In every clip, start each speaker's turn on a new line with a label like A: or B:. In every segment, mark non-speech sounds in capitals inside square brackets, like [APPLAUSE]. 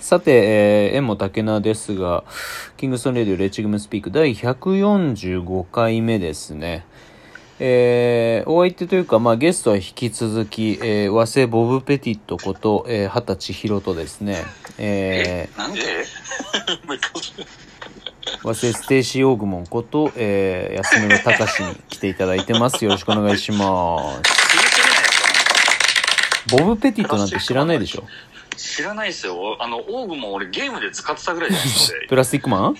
A: さて、えー、縁も竹名ですが、キングストンレディオレッチグムスピーク第145回目ですね。えー、お相手というか、まあ、ゲストは引き続き、えー、和製ボブ・ペティットこと、えー、畑千尋とですね、え
B: なんで
A: [LAUGHS]
C: えーもう一回
A: ー、和製ステーシー・オーグモンこと、えー、安村隆に来ていただいてます。よろしくお願いします。
B: 聞いてない
A: ボブ・ペティットなんて知らないでしょ
B: の知らないですよ。あの、オーグも俺ゲームで使ってたぐらいじゃないですか。
A: プラスティックマン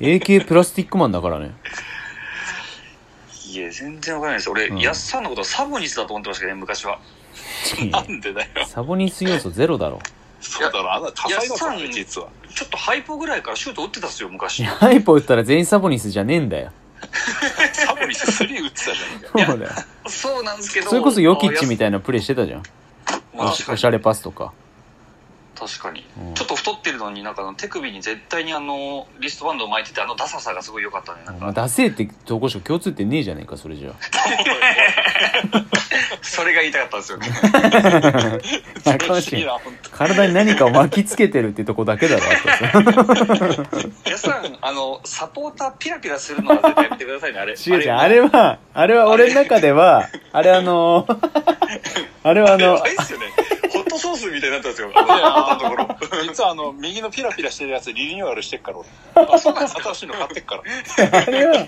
A: ?AK プラスティックマンだからね。
B: 俺いや、全然わからないです。俺、
A: うん
B: ヤスさんのことサボニスだと思ってましたけどね、昔は。
C: なんでだよ。
A: サボニス要素ゼロだろ。
C: そうだろ、あんな多彩だから
B: いや
C: ね、実は。
B: ちょっとハイポぐらいからシュート打ってたっすよ、昔。い
A: ハイポ打ったら全員サボニスじゃねえんだよ。
C: サボにスリー打ってたじゃ
A: そう
C: んか。
A: だよ。
B: そうなんですけど。
A: それこそヨキッチみ
B: たい
A: たいなプレーしてたじゃん。
B: まあ
A: おしおしゃれパスとか。
B: 確かに。
A: うん
B: ちょっと太ってるのに、なんかあの手首に絶対にあの、リストバンドを巻いてて、あのダサさがすごい良かったね。なん
A: ま
B: か
A: あ、ダセーって投稿者共通点ねえじゃねえか、それじゃ
B: それが言いたかったんですよね。
A: あ。
B: [LAUGHS]
C: 楽
A: か
C: しいな、ほんと。
A: 体に何かを巻きつけてるってとこだけだろ、あと
B: ヤスさん、あの、サポーターピラピラするのは絶対やめてくださいね、あれ。
A: さ違う違う、あれは、あれは俺の中では、あれあのーあれはあ
C: あ
A: の、
C: れです
A: [LAUGHS]
C: よね。
B: ホットソースみたいになったんですよ。
C: あ
B: のところ。
C: 実はあの、右のピラピラしてるやつリニューアルしてっから、俺。あ、そうなんです新しいの買ってっから。
A: あれは、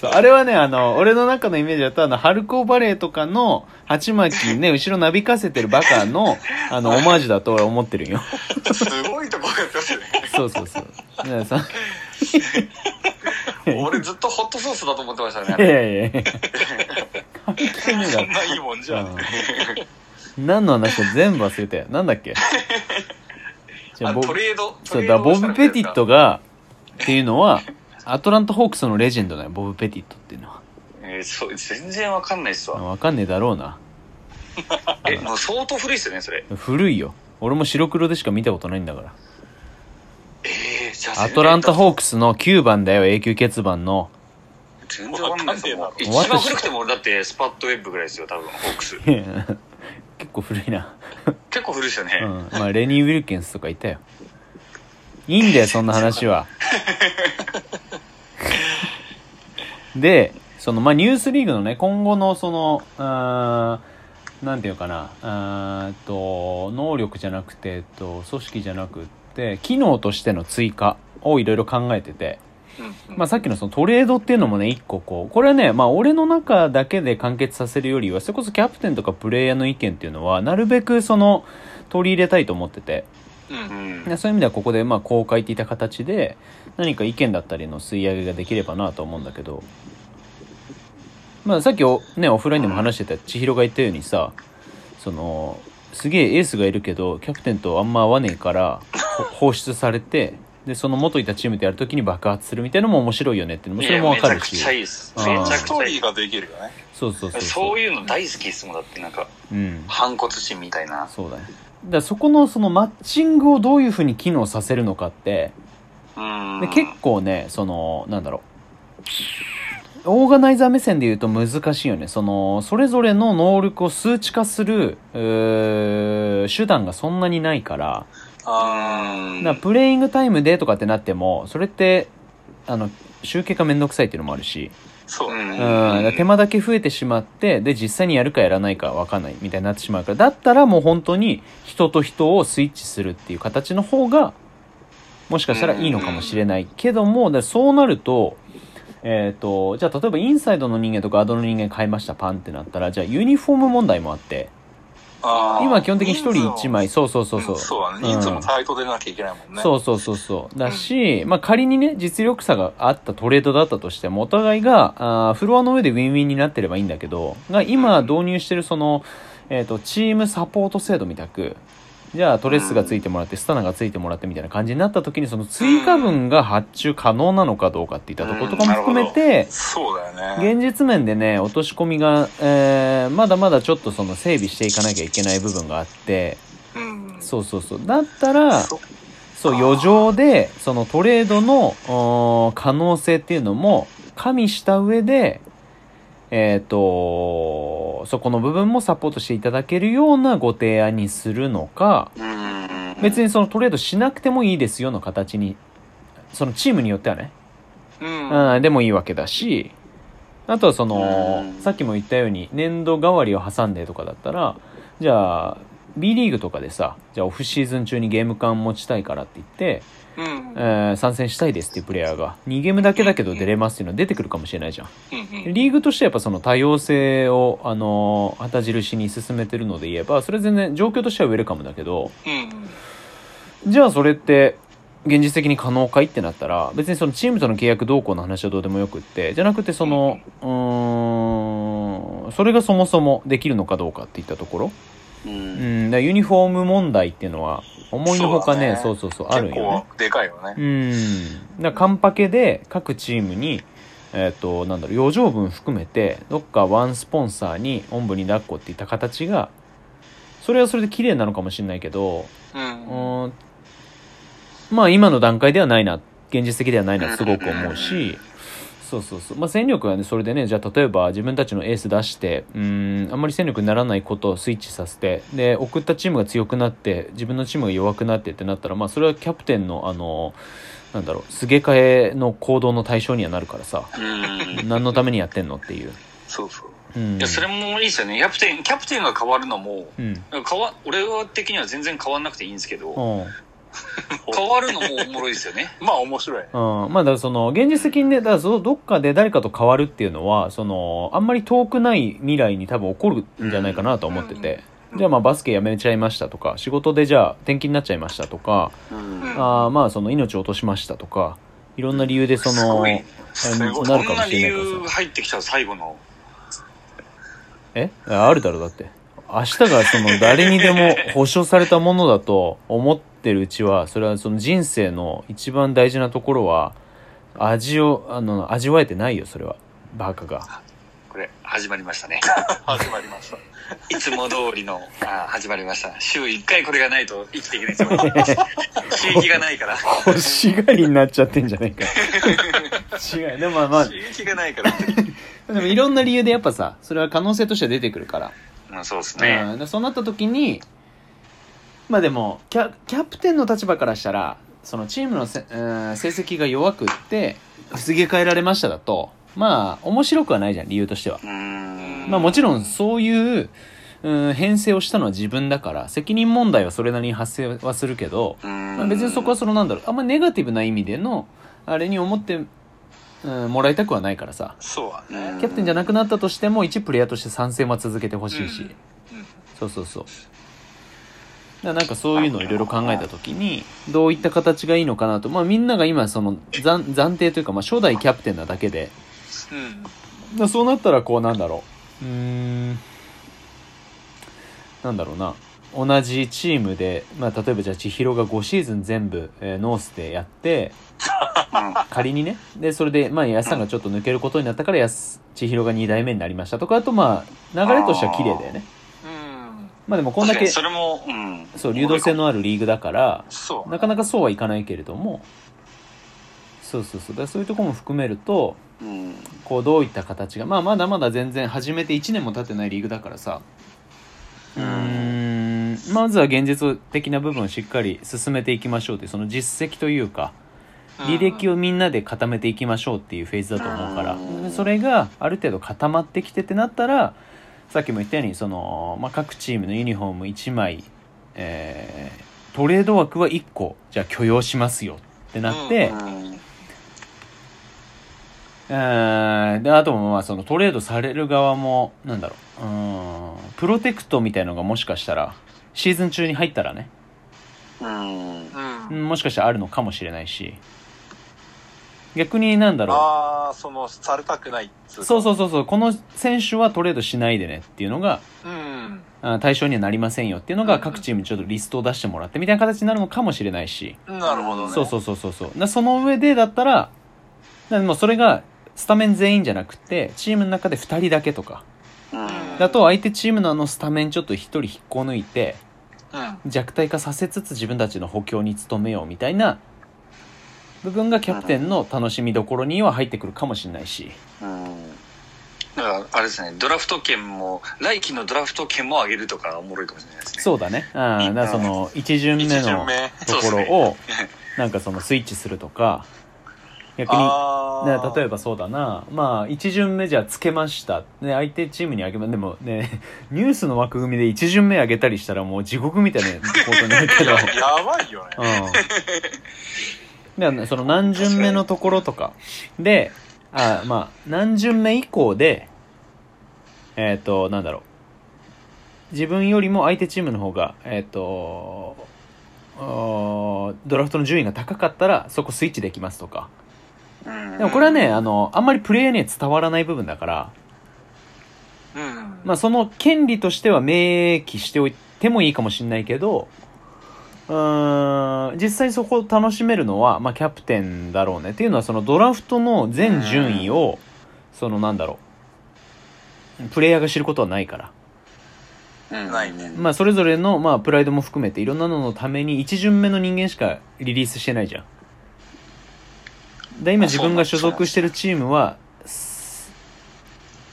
A: そう、あれはね、あの、俺の中のイメージだと、あの、春高バレーとかの、鉢巻きね、後ろなびかせてるバカの、あの、オマージュだと俺思ってるんよ。
B: すごいとこやってますよね。
A: そうそうそう。だからさ、
B: 俺ずっとホットソースだと思ってました
A: い
B: ね。
A: やいやいや。関係ねえ
C: そんないいもんじ
A: だ
C: ゃ
A: ろ
C: ん。。
A: うん何の話か全部忘れたよ。なんだっけじゃ
B: あ
A: あ、ボ
B: の
A: ブ
B: ト、レード。
A: そうだ、ボブ・ペティット
B: が。
A: が、っていうのは、アトランタ・ホークスのレジェンドだよ、ボブ・ペティットっていうのは。
B: えーそう、全然わかんないっすわ。
A: わかんねえだろうな。
B: え、もう相当古いっすよね、それ。
A: 古いよ俺も白黒でしか見たことないんだから
B: えー、じゃあ
A: アトランタ・
B: 方
A: ホークスの9番だよ永久欠番の [LAUGHS]
B: 全然わかんないっすよ。もう一
A: わかんねえな
B: 番古くても俺だってスパッドウェッブぐらいですよ、多分、ホークス。
A: 結構古いな、
B: 結構古いっす
A: う
B: よ
A: ん
B: ね。
A: まあ、レニー・ウィルキンスとかいたよいいんだよそんな話はでそのまあニュースリーグのね今後のそのあーなんていうかなあーっと能力じゃなくて、えっと、組織じゃなくって機能としての追加をいろいろ考えてて
B: うん
A: まあ、さっきのそのトレードっていうのもね、一個こう、これはね、まあ、俺の中だけで完結させるよりは、それこそキャプテンとかプレイヤーの意見っていうのは、なるべくその、取り入れたいと思ってて、
B: う
C: うん
B: ん。
A: でそういう意味ではここでまあ公開っていった形で、何か意見だったりの吸い上げができればなと思うんだけど、まあ、さっきお、ね、オフラインでも話してた千尋が言ったようにさ、その、すげえエースがいるけど、キャプテンとあんま合わねえから、ほ放出されて、で、その元いたチームでやるときに爆発するみたいなのも面白いよねっていうのも、それもわかる
B: いやめちゃくちゃい
A: し。
B: いです。
A: う
B: め
A: ん
B: ちゃ
C: ス
B: く
C: ト
B: ち
C: ー
B: ゃい
C: リー
B: い。
C: ができるよね。
A: そうそうそう。
B: そうういうの大好きっすもん、だってなんか、
A: うん。
B: 反骨心みたいな。
A: そうだね。だからそこのそのマッチングをどういうふうに機能させるのかって、
B: うん。
A: で結構ねそのなんだろうオーガナイザー目線で言うと難しいよねそのそれぞれの能力を数値化するうー手段がそんなにないから
B: あ
A: だからプレイングタイムでとかってなってもそれってあの集計がめんどくさいっていうのもあるし、
C: そう。
A: うん、だから手間だけ増えてしまってで実際にやるかやらないかわかんないみたいになってしまうからだったらもう本当に人と人をスイッチするっていう形の方がもしかしたらいいのかもしれないけどもだからそうなると,、えー、とじゃあ例えばインサイドの人間とガードの人間買いましたパンってなったらじゃあユニフォーム問題もあって
C: あー
A: 今基本的に1
C: 人
A: 人
C: 数を
A: 1枚そうそうそうそう
C: うんそうだね。
A: うん
C: 人数もタイトでなきゃいけないもんね。
A: そうそうそうそう。だし、まあ仮にね、実力差があったトレードだったとしても、お互いが、あーフロアの上でウィンウィンになってればいいんだけど、が今導入してるその、えっ、と、チームサポート制度みたく、じゃあトレスがついてもらって、スタナがついてもらってみたいな感じになった時に、その追加分が発注可能なのかどうかっていったところとかも含めて、
C: そうだよね。
A: 現実面でね、落とし込みが、えー、まだまだちょっとその整備していかなきゃいけない部分があって、
C: うん。
A: そうそうそう。だったら、
C: そ
A: そう、余剰で、そのトレードの、おー可能性っていうのも、加味した上で、えっ、と、そこの部分もサポートしていただけるようなご提案にするのか、
B: うん
A: 別にそのトレードしなくてもいいですよの形にそのチームによってはね、
B: うん。
A: うん、でもいいわけだしあとはその
B: うん
A: さっきも言ったように年度替わりを挟んでとかだったらじゃあ B リーグとかでさじゃあオフシーズン中にゲーム感持ちたいからって言って、
B: うん。
A: えー参戦したいですっていうプレイヤーが2ゲームだけだけど出れますっていうのは出てくるかもしれないじゃん
B: うん。
A: リーグとしてやっぱその多様性を、あのー旗印に進めてるので言えばそれ全然状況としてはウェルカムだけど
B: うん。
A: じゃあそれって現実的に可能かいってなったら別にそのチームとの契約動向の話はどうでもよくってじゃなくてそのうーんそれがそもそもできるのかどうかっていったところ、
C: う。
A: うんん、だからユニフォーム問題っていうのは思いのほかねそ
C: そうう
A: そうそうある
C: 結
A: んよね
C: 構でかいよね。
A: うん。だからカンパケで各チームに、えっ、と、なんだろう、余剰分含めて、どっかワンスポンサーに、おんぶに抱っこっていった形が、それはそれで綺麗なのかもしれないけど、
B: うん
A: う。ーん、まあ今の段階ではないな、現実的ではないなってすごく思うし、そうそうそう。まあ戦力はね、それでね、じゃあ例えば自分たちのエース出して、うーん、あんまり戦力にならないことをスイッチさせて、で、送ったチームが強くなって、自分のチームが弱くなってってなったら、まあそれはキャプテンの、あの、なんだろう、すげ替えの行動の対象にはなるからさ、
C: うん。
A: 何のためにやってんのっていう。
C: そうそう。
A: うん。
B: いや、それもいいですよね。キャプテン、キャプテンが変わるのも、
A: うん。
B: 変わ、俺は的には全然変わんなくていいんですけど、
A: うん。
B: 変わるのもおもろいですよ
A: [LAUGHS]
B: ね。
C: まあ面白い。
A: うん、まあだからその現実的にねだからそどっかで誰かと変わるっていうのはそのあんまり遠くない未来に多分起こるんじゃないかなと思ってて、
B: うん
A: じゃあまあバスケやめちゃいましたとか仕事でじゃあ転勤になっちゃいましたとか、
C: うん
A: あーまあその命を落としましたとかいろんな理由でそ
B: す
A: の
B: ごい
C: すごい。
A: な
B: こ
A: るか
B: ん
A: も
B: な
A: し
B: 理
A: れないから
B: 由入ってきたら最後の。
A: えああるだろうだって明日がその誰にでも保証されたものだと思ってるうちはそれはその人生の一番大事なところは味をあの味わえてないよそれはバカが。
B: これ、始まりましたね。
C: 始まりました。
B: いつも通りの、あー始まりました。週1回これがないと生きていけないですよ。
A: [LAUGHS]
B: 刺激がないから。
A: 欲しがりになっちゃってんじゃないか [LAUGHS] 違うでもまあまあ
B: 刺激がないから。
A: でもいろんな理由でやっぱさそれは可能性としては出てくるから,、
B: ま [LAUGHS] あそうです
A: うん
B: ね。
A: だからそうなった時にまあでもキャキャプテンの立場からしたらそのチームのせ、うん成績が弱くってすげ替えられましただとまあ面白くはないじゃん理由としては
B: うーん。
A: まあもちろんそういう、うん、編成をしたのは自分だから責任問題はそれなりに発生はするけど、
B: うーん
A: まあ、別にそこはそのなんだろうあんまネガティブな意味でのあれに思って、うん、もらいたくはないからさ
C: そうだ
B: うん
A: キャプテンじゃなくなったとしても一プレイヤーとして参戦は続けてほしいし、
B: うんうん
A: そうそうそうだからなんかそういうのをいろいろ考えた時にどういった形がいいのかなとまあみんなが今その暫暫定というか、まあ、初代キャプテンなだけで
C: うん。
A: だからそうなったらこうなんだろううーんなんだろうな同じチームで、まあ、例えばじゃあ千尋が5シーズン全部、えーノースでや
B: [LAUGHS]
A: って仮にねでそれでまあ安さんがちょっと抜けることになったから安千尋が2代目になりましたとかあとまあ流れとしては綺麗だよね
C: うん。
A: まあでもこ
B: うんん。
A: だ
B: 確か
A: け
B: に
A: そ
B: それも、うん。
A: う流動性のあるリーグだから
C: そう。
A: なかなかそうはいかないけれどもそうそうそうだからそういうところも含めると
B: うん。
A: こうどういった形がまあまだまだ全然始めて1年も経ってないリーグだからさうーんまずは現実的な部分をしっかり進めていきましょうっていうその実績というか履歴をみんなで固めていきましょうっていうフェーズだと思うから
B: うん
A: でそれがある程度固まってきてってなったらさっきも言ったようにその、まあ、各チームのユニフォーム1枚、えートレード枠は1個じゃあ許容しますよってなって、
B: うん
A: うんであともまあそのトレードされる側もなんだろううんプロテクトみたいのがもしかしたらシーズン中に入ったらね
B: うん。
C: うん。
A: もしかしたらあるのかもしれないし逆になんだろ
C: ああ、その、されたくないっつ
A: うそう
C: う。
A: そうそうそうこの選手はトレードしないでねっていうのが
C: うん。
A: あ対象にはなりませんよっていうの
C: う
A: が
C: ん
A: 各チームにちょっとリストを出してもらってみたいな形になるのかもしれないし
C: なるほどね。
A: そうそうそうそうそうなその上でだったらなもうそれがスタメン全員じゃなくてチームの中で2人だけとか
B: うん
A: だと相手チームのあのスタメンちょっと一人引っこ抜いて
C: うん。
A: 弱体化させつつ自分たちの補強に努めようみたいな部分がキャプテンの楽しみどころには入ってくるかもしれないし
B: うん。だからあれですねドラフト券も来期のドラフト券も上げるとかおもろいかもしれないですね
A: そうだね。ああ、だからその、一巡目
C: 一
A: の
C: 巡目
A: ところを、なんかそのスイッチするとか、逆に、
C: あ
A: ね、例え
C: ば
A: ばそうだな、まあ、1巡目じゃあつけました、ね、相手チームにあげまでもねニュースの枠組みで1巡目あげたりしたらもう地獄みたいなことになるけ
C: [LAUGHS]
A: ど、う
C: やばいよ
A: ん、
C: ね
A: であのその何巡目のところとかであまあ何巡目以降でえっ、となんだろう自分よりも相手チームの方がえっ、とおードラフトの順位が高かったらそこスイッチできますとか
B: うん
A: でもこれはね、あの、あんまりプレイヤーには伝わらない部分だから、
C: うん
A: まあその権利としては明記しておいてもいいかもしれないけど、うーん、実際そこを楽しめるのは、まあキャプテンだろうね。っていうのはそのドラフトの全順位を、そのなんだろう、プレイヤーが知ることはないから。
B: うん
C: ないね
A: まあそれぞれの、まあプライドも含めていろんなののために一巡目の人間しかリリースしてないじゃん。で、今
B: あ
A: 自分が所
B: そうなん
A: 属してるチームは、す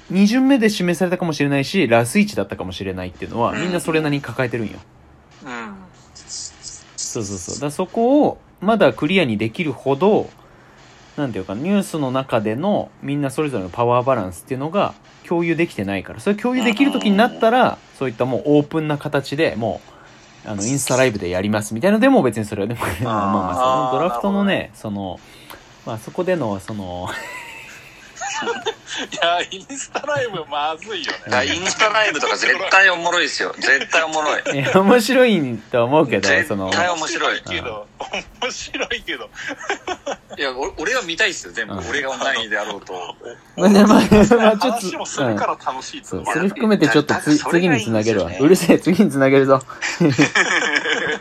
A: 二巡目で示されたかもしれないし、ラス1だったかもしれないっていうのは、
B: うん
A: みんなそれなりに抱えてるんよ。
C: うん
A: そうそうそう。だからそこを、まだクリアにできるほど、なんていうか、ニュースの中での、みんなそれぞれのパワーバランスっていうのが、共有できてないから、それ共有できる時になったら、そういったもうオープンな形で、もう、あの、インスタライブでやりますみたいのでも別にそれはね、まあまあまあ、そのドラフトのね、その、まあそこでの、その、
C: いやインスタライブまずいよ
B: だか
C: ね
B: らインスタライブとか絶対おもろいですよ絶対おもろい
A: いや面白いと思うけど、その、
B: 絶対面白い
C: けど面白いけど
B: いやお俺は見たいっすよ全部
A: うん
B: 俺が何位であろうと
A: まあ、まあ、 [LAUGHS] まあちょっと、
C: 話もするから楽しいっつ
A: そうう
C: の、もあ
A: そ
C: る
A: れ含めてちょっとつ
B: いやだってそれ
A: 次
B: がいいん
A: につなげるわ。
B: ですよね
A: うるせえ、次につなげるぞ。